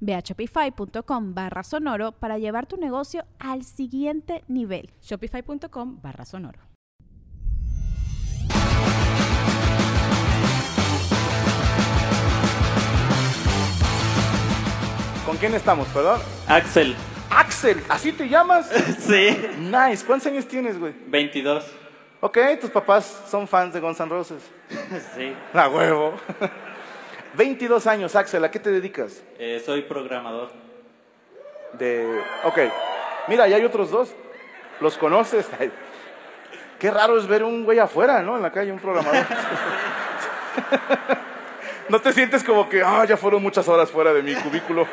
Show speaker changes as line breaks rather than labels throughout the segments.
Ve a shopify.com barra sonoro para llevar tu negocio al siguiente nivel.
Shopify.com barra sonoro.
¿Con quién estamos, perdón?
Axel,
Axel, ¿así te llamas?
sí,
Nice, ¿cuántos años tienes, güey?
22.
Ok, tus papás son fans de Guns N' Roses.
Sí,
La huevo. 22 años, Axel, ¿a qué te dedicas?
eh, soy programador.
De... Ok, mira, ya hay otros dos. ¿Los conoces? Ay, Qué raro es ver un güey afuera, ¿no? En la calle, un programador. ¿No te sientes como que, ah, ya fueron muchas horas fuera de mi cubículo?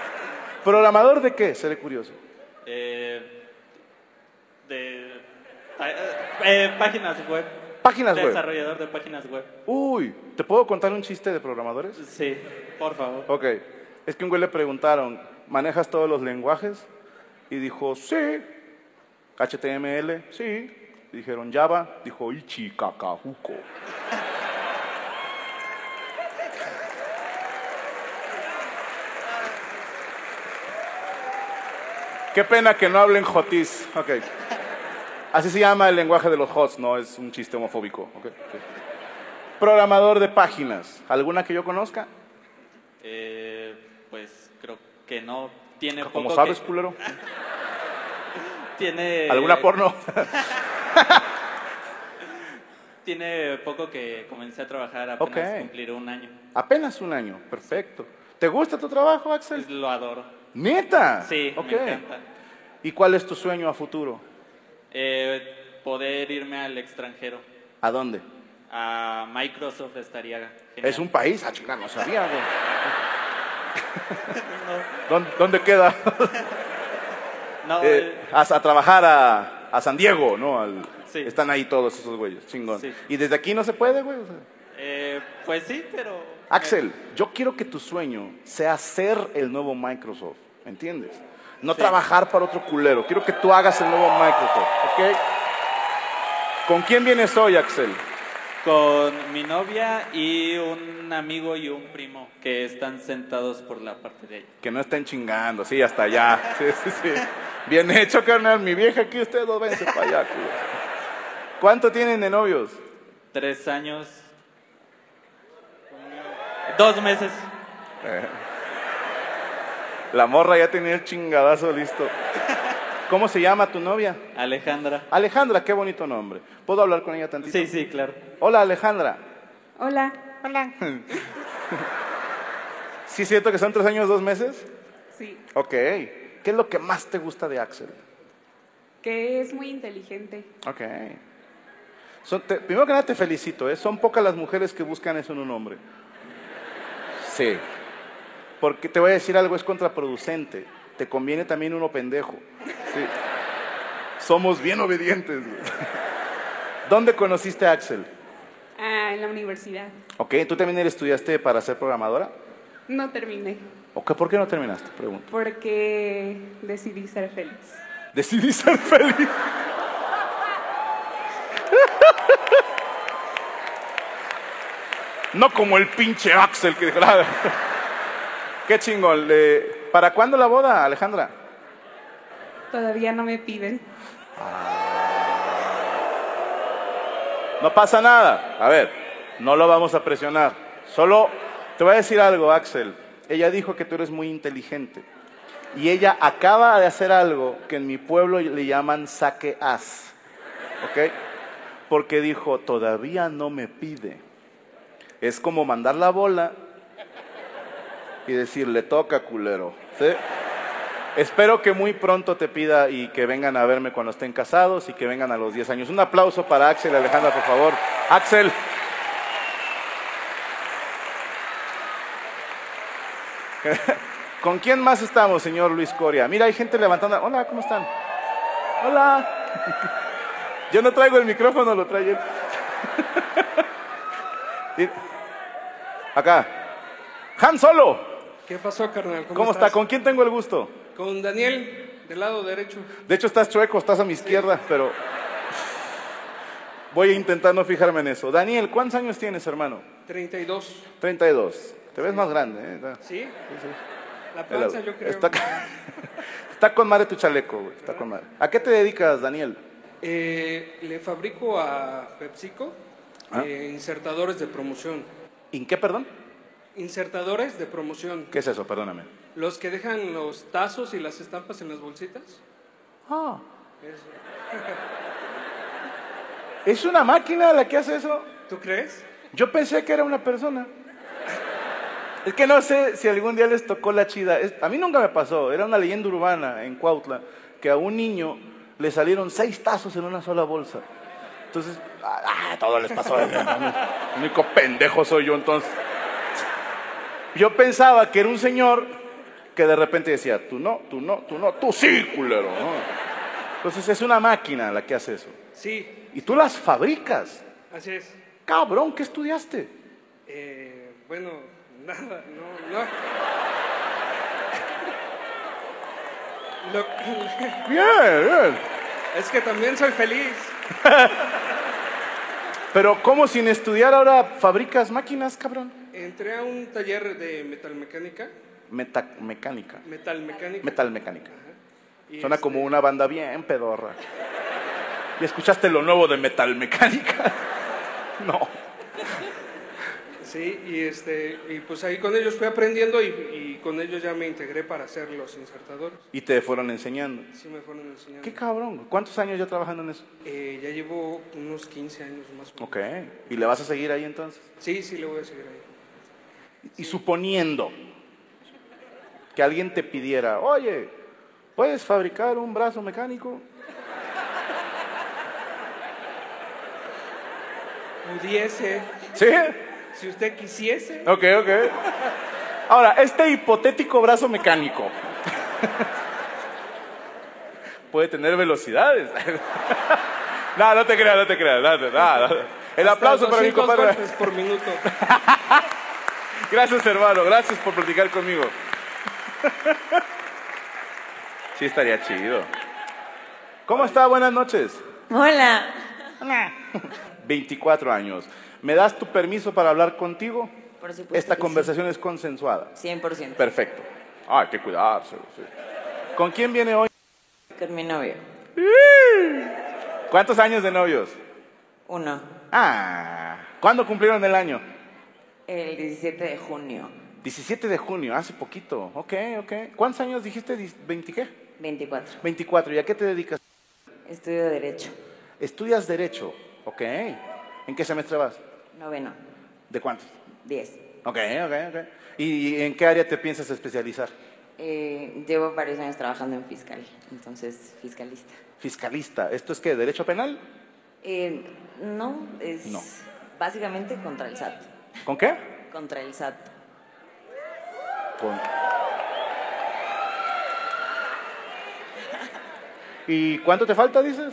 ¿Programador de qué? Seré curioso.
eh, de pa- eh, páginas web.
Páginas web.
Desarrollador de páginas web.
Uy, ¿te puedo contar un chiste de programadores?
Sí, por favor.
Ok, es que un güey le preguntaron, ¿manejas todos los lenguajes? Y dijo, sí. HTML, sí. Dijeron Java, dijo Ichi Kakahuko. Qué pena que no hablen jotis. Ok. Así se llama el lenguaje de los jots, no es un chiste homofóbico. ok, ok. Programador de páginas. ¿Alguna que yo conozca?
Eh, pues creo que no. Tiene
Como
poco
sabes,
que-
culero.
tiene,
¿Alguna porno?
Tiene poco que comencé a trabajar apenas
Ok.
cumplir un año.
Apenas un año, perfecto. ¿Te gusta tu trabajo,
Pues
Axel?
lo adoro.
¿Neta?
Sí,
Ah, Ok.
me encanta.
¿Y cuál es tu sueño a futuro?
Eh, poder irme al extranjero.
¿A dónde?
A Microsoft estaría genial.
¿Es un país? Ah, chingada, no sabía. güey. ¿Dónde, dónde queda?
No,
Eh,
eh,
a, a trabajar a, a San Diego, ¿no? Al-
Sí.
Están ahí todos esos güeyes, chingón.
Sí.
¿Y desde aquí no se puede, güey? O sea,
eh, pues sí, pero...
Axel, yo quiero que tu sueño sea ser el nuevo Microsoft, ¿me entiendes? No trabajar para otro culero, quiero que tú hagas el nuevo Microsoft, ¿ok? ¿Con quién vienes hoy, Axel?
Con mi novia y un amigo y un primo que están sentados por la parte de ella.
Que no estén chingando, sí, hasta allá. Sí, sí, sí. Bien hecho, carnal, mi vieja aquí, ustedes dos vence para allá, culo. ¿Cuánto tienen de novios?
Tres años... Dos meses.
La morra ya tenía el chingadazo listo. ¿Cómo se llama tu novia?
Alejandra.
Alejandra, qué bonito nombre. ¿Puedo hablar con ella tantito?
Sí, sí, claro.
Hola, Alejandra.
Hola.
Hola. ¿Sí es cierto que son tres años, dos meses?
Sí,
Ok. ¿Qué es lo que más te gusta de Axel?
que es muy inteligente.
Ok. Son- te- primero que nada te felicito, ¿eh? Son pocas las mujeres que buscan eso en un hombre. Sí. Porque te voy a decir algo, es contraproducente. Te conviene también uno pendejo. Sí. Somos bien obedientes. güey. ¿Dónde conociste a Axel?
Ah, en la universidad.
Ok, ¿tú también eres- estudiaste para ser programadora?
No terminé
¿O ¿Por qué no terminaste? Pregunto.
porque decidí ser feliz.
Decidí ser feliz. No como el pinche Axel que nada. Qué chingón. le- ¿Para cuándo la boda, Alejandra?
Todavía no me piden.
No pasa nada. A ver, no lo vamos a presionar. Solo te voy a decir algo, Axel. Ella dijo que tú eres muy inteligente. Y ella acaba de hacer algo que en mi pueblo le llaman saque as. ¿Ok? Porque dijo, todavía no me pide. Es como mandar la bola y decir, le toca culero. ¿sí? Espero que muy pronto te pida y que vengan a verme cuando estén casados y que vengan a los 10 años. Un aplauso para Axel y Alejandra, por favor. Axel. ¿Con quién más estamos, señor Luis Coria? Mira, hay gente levantando. Hola, ¿cómo están? Hola. Yo no traigo el micrófono, lo trae él. Sí. Acá. Han Solo.
¿Qué pasó, carnal?
¿Cómo, está?
estás?
¿Con quién tengo el gusto?
Con Daniel, del lado derecho.
De hecho, estás chueco, estás a mi izquierda, pero voy a intentar no fijarme en eso. Daniel, ¿cuántos años tienes, hermano?
32.
32. Te ves más grande, ¿eh? Está-
¿Sí? La panza, yo creo.
Está, está con madre tu chaleco, güey. Está con madre. ¿A qué te dedicas, Daniel?
Eh, le fabrico a PepsiCo
Ah.
eh, insertadores de promoción.
¿En qué, perdón?
Insertadores de promoción.
¿Qué es eso? Perdóname.
Los que dejan los tazos y las estampas en las bolsitas.
¿Es una máquina la que hace eso?
¿Tú crees?
Yo pensé que era una persona. Es que no sé si algún día les tocó la chida. Es- a mí nunca me pasó. Era una leyenda urbana en Cuautla que a un niño le salieron seis tazos en una sola bolsa. Entonces, ah, ah, todo les pasó. El único pendejo soy yo entonces. Yo pensaba que era un señor que de repente decía, tú no, tú no, tú no, tú sí, culero. ¿no? Entonces es una máquina la que hace eso.
Sí,
Y tú las fabricas.
así es.
Cabrón, ¿qué estudiaste?
Eh, bueno, nada, no, no. Lo-
Bien, bien.
es que también soy feliz.
Pero ¿cómo sin estudiar ahora fabricas máquinas, cabrón?
Entré a un taller de metalmecánica.
Meta- mecánica.
Metalmecánica.
Metalmecánica.
y
Suena
este,
como una banda bien pedorra. ¿Y escuchaste lo nuevo de Metalmecánica? No.
Sí, y este, y pues ahí con ellos fui aprendiendo y, y con ellos ya me integré para hacer los insertadores.
Y te fueron enseñando.
Así me fueron enseñando.
¿Qué cabrón? ¿Cuántos años ya trabajando en eso?
Eh, ya llevo unos 15 años más o menos.
Ok. ¿Y le vas a seguir ahí entonces?
Sí, sí, le voy a seguir ahí.
Y suponiendo que alguien te pidiera, oye, ¿puedes fabricar un brazo mecánico?
Pudiese,
¿Sí?
si usted quisiese,
Ok, ok. Ahora, este hipotético brazo mecánico puede tener velocidades. no, no te creas, no te creas. no, no, no, no. El
hasta
aplauso para mi
200
compadre.
golpes por minuto.
Gracias, hermano. Gracias por platicar conmigo. Sí, estaría chido. ¿Cómo está? Buenas noches.
Hola.
24 años. ¿Me das tu permiso para hablar contigo?
Por supuesto
Esta
que
conversación es consensuada.
100%.
Perfecto. Ah, hay que cuidarse. sí. ¿Con quién viene hoy?
Con mi novio.
¿Cuántos años de novios?
Uno.
Ah, ¿cuándo cumplieron el año?
El 17 de junio.
17 de junio, hace poquito. Ok, ok. ¿Cuántos años dijiste? Dis- ¿20 qué?
24.
24. ¿Y a qué te dedicas?
Estudio Derecho.
Estudias Derecho. Ok. ¿En qué semestre vas?
Noveno.
¿De cuántos?
10.
Ok, ok, ok. ¿Y en qué área te piensas especializar?
Eh, llevo varios años trabajando en fiscal, entonces fiscalista.
Fiscalista. ¿Esto es qué? ¿Derecho penal?
Eh, no, es
No.
básicamente contra el SAT.
¿Con qué?
Contra el SAT.
Con- ¿Y cuánto te falta, dices?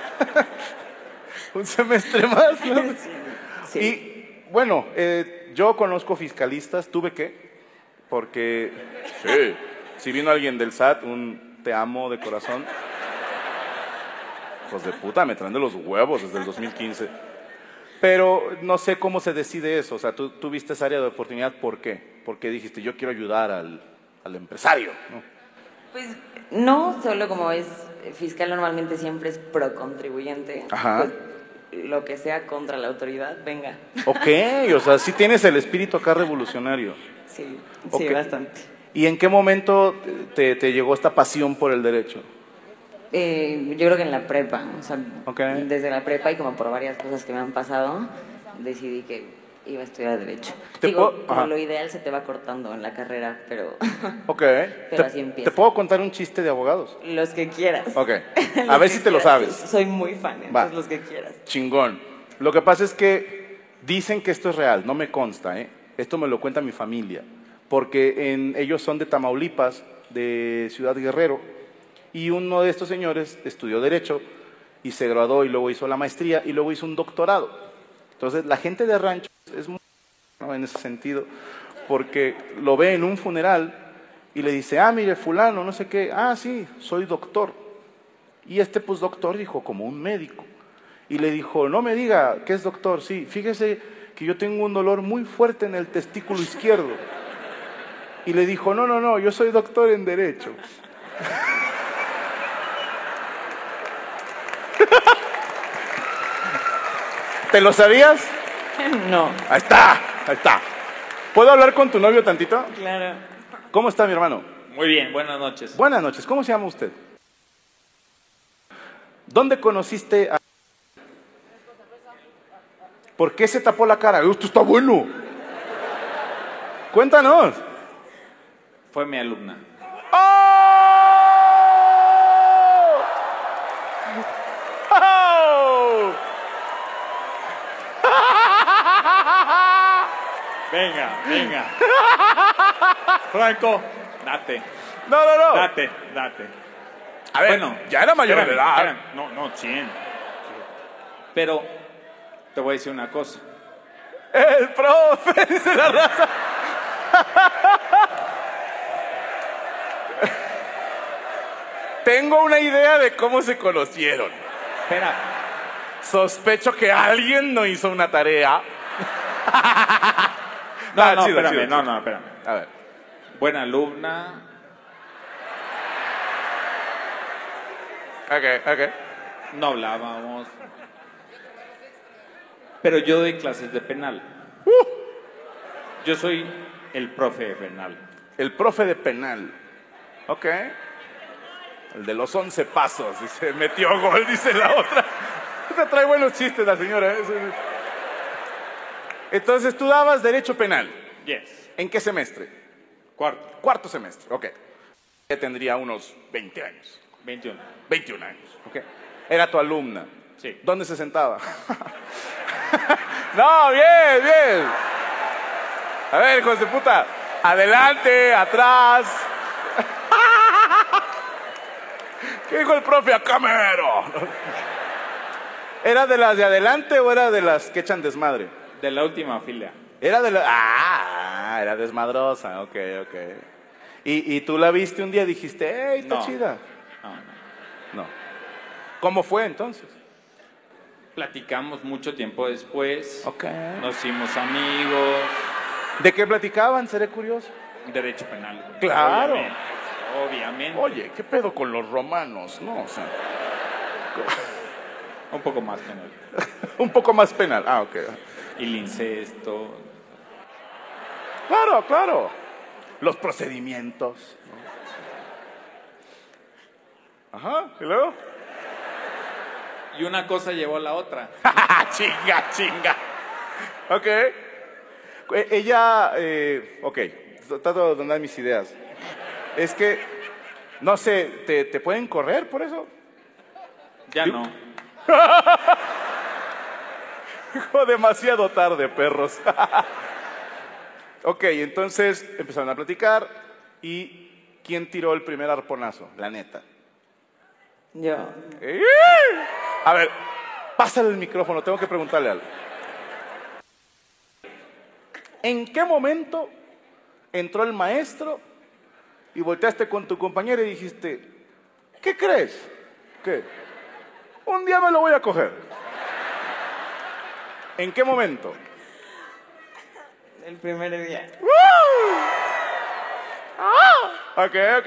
Un semestre más, ¿no?
Sí.
Y bueno, eh, yo conozco fiscalistas, tuve que, porque sí, si vino alguien del SAT, un te amo de corazón. Hijos de puta, me traen de los huevos desde el 2015. Pero no sé cómo se decide eso. O sea, tú tuviste esa área de oportunidad, ¿por qué? Porque dijiste, yo quiero ayudar al, al empresario. ¿no?
Pues no, solo como es eh, fiscal normalmente siempre es pro contribuyente.
Ajá.
Pues, lo que sea contra la autoridad, venga.
Ok, o sea, sí tienes el espíritu acá revolucionario.
Sí,
Ok.
sí, bastante.
¿Y en qué momento te, te llegó esta pasión por el derecho?
eh, yo creo que en la prepa, o sea,
Ok.
desde la prepa y como por varias cosas que me han pasado, decidí que iba a estudiar Derecho.
Te
Digo,
puedo-
como
ajá.
lo ideal se te va cortando en la carrera, pero
Ok.
Pero
¿Te-
así empieza.
¿Te puedo contar un chiste de abogados?
los que quieras.
Ok.
Los
A ver
que
si te lo
quieras.
sabes.
Soy muy fan, entonces
Va.
los que quieras.
Chingón. Lo que pasa es que dicen que esto es real, no me consta, ¿eh? Esto me lo cuenta mi familia, porque en- ellos son de Tamaulipas, de Ciudad Guerrero, y uno de estos señores estudió Derecho y se graduó y luego hizo la maestría y luego hizo un doctorado. Entonces, la gente de rancho es muy ¿no? en ese sentido, porque lo ve en un funeral y le dice, ah, mire, fulano, no sé qué, ah, sí, soy doctor. Y este pues doctor dijo, como un médico. Y le dijo, no me diga que es doctor, sí, fíjese que yo tengo un dolor muy fuerte en el testículo izquierdo. Y le dijo, no, no, no, yo soy doctor en derecho. ¿Te lo sabías?
No,
Ahí está, ahí está. ¿Puedo hablar con tu novio tantito?
claro.
¿Cómo está mi hermano?
Muy bien, buenas noches.
Buenas noches, ¿cómo se llama usted? ¿Dónde conociste a... ¿Por qué se tapó la cara? Esto está bueno. Cuéntanos.
Fue mi alumna.
¡Oh! ¡Oh!
Venga, venga. Franco, date,
No, no, no.
date, date.
A ver, ya era mayor de
espérame,
edad.
espérame. No, no, 100. Pero te voy a decir una cosa.
El profe dice la raza. Tengo una idea de cómo se conocieron. Ah,
Espera,
Sospecho que alguien no hizo una tarea.
no,
Ah,
no,
chido,
espérame,
chido,
no,
chido.
no, espérame.
A ver.
Buena alumna,
Ok, ok.
no hablábamos. Pero yo doy clases de penal.
Uh.
Yo soy el profe de penal.
El profe de penal. Ok. El de los once pasos. Dice, metió gol, dice la otra. Te trae buenos chistes la señora. ¿eh? Entonces tú dabas derecho penal.
Yes.
¿En qué semestre?
Cuarto,
Cuarto semestre, ok. Ya tendría unos 20 años,
21.
21 años, ok. Era tu alumna.
Sí.
¿Dónde se sentaba? no, bien, bien. A ver, hijos de puta. Adelante, atrás. ¿Qué dijo el profe? Acá mero. ¿Era de las de adelante o era de las que echan desmadre?
De la última fila.
Era de la... Ah, era desmadrosa, ok, ok. Y, y tú la viste un día y dijiste, ¡Ey, está
No.
chida!
No, no.
No. ¿Cómo fue entonces?
Platicamos mucho tiempo después.
Ok.
Nos hicimos amigos.
¿De qué platicaban? Seré curioso.
Derecho penal. güey.
Claro.
Obviamente. Obviamente.
Oye, ¿qué pedo con los romanos? No, o sea,
Un poco más penal.
un poco más penal. Ah, ok.
Y El incesto.
Claro, claro. Los procedimientos. ¿no? Ajá, ¿y luego?
Y una cosa llevó a la otra.
chinga, chinga. Ok. Eh, Ella, eh, ok, trato de donar mis ideas. Es que, no sé, ¿te, te pueden correr por eso?
Ya no.
Hijo, demasiado tarde, perros. ok, entonces empezaron a platicar y ¿quién tiró el primer arponazo? La neta.
Yo,
¡Eh! A ver, pásale el micrófono, tengo que preguntarle algo. ¿En qué momento entró el maestro y volteaste con tu compañero y dijiste, ¿qué crees? ¿Qué? Un día me lo voy a coger. ¿En qué momento?
el primer día.
Ok, ok.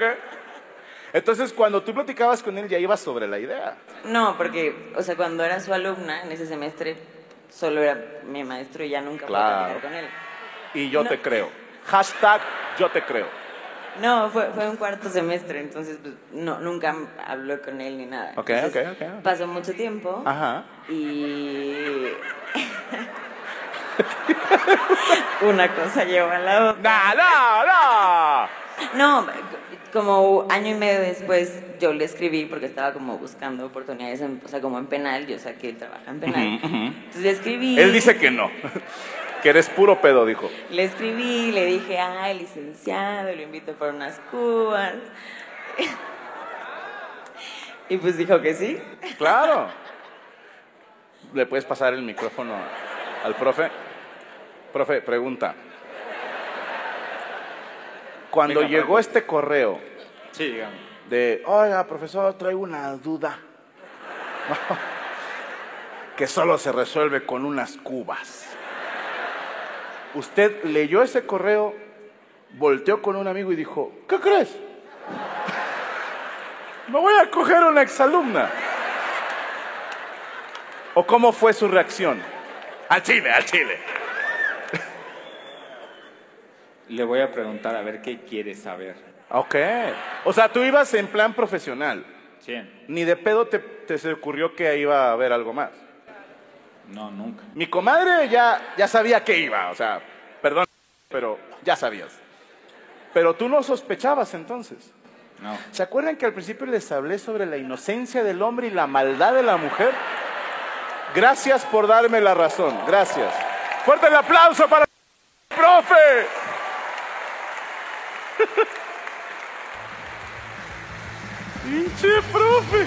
Entonces, cuando tú platicabas con él, ya ibas sobre la idea.
No, porque, o sea, cuando era su alumna en ese semestre, solo era mi maestro y ya nunca pude
Claro.
platicar con él.
Y yo te creo. Hashtag yo te creo.
No, fue, fue un cuarto semestre, entonces pues, no, nunca habló con él ni nada.
Ok,
Entonces,
ok, ok, ok.
Pasó mucho tiempo
Ajá.
y... Una cosa llevó a la otra.
¡No, no, no!
No, como año y medio después yo le escribí porque estaba como buscando oportunidades, en- o sea, como en penal, yo saqué él trabaja en penal.
Ujú, ujú.
Entonces le escribí.
Él dice que no. Que eres puro pedo, dijo.
Le escribí, le dije, ay, licenciado, lo invito por unas cubas. Y pues dijo que sí.
Claro. ¿Le puedes pasar el micrófono al profe? Profe, pregunta. Cuando
Venga,
llegó este correo
Sí, digamos.
de, oiga, profesor, traigo una duda. que solo se resuelve con unas cubas. Usted leyó ese correo, volteó con un amigo y dijo, ¿qué crees? Me voy a coger una exalumna. ¿O cómo fue su reacción? Al chile, al chile.
Le voy a preguntar a ver qué quiere saber.
Ok. O sea, tú ibas en plan profesional.
Sí,
Ni de pedo te, te se ocurrió que iba a haber algo más.
no, nunca.
Mi comadre ya, ya sabía que iba, o sea, perdón, pero ya sabías. Pero tú no sospechabas entonces.
No.
¿Se acuerdan que al principio les hablé sobre la inocencia del hombre y la maldad de la mujer? Gracias por darme la razón, gracias. Fuerte el aplauso para el profe. ¡Pinche profe!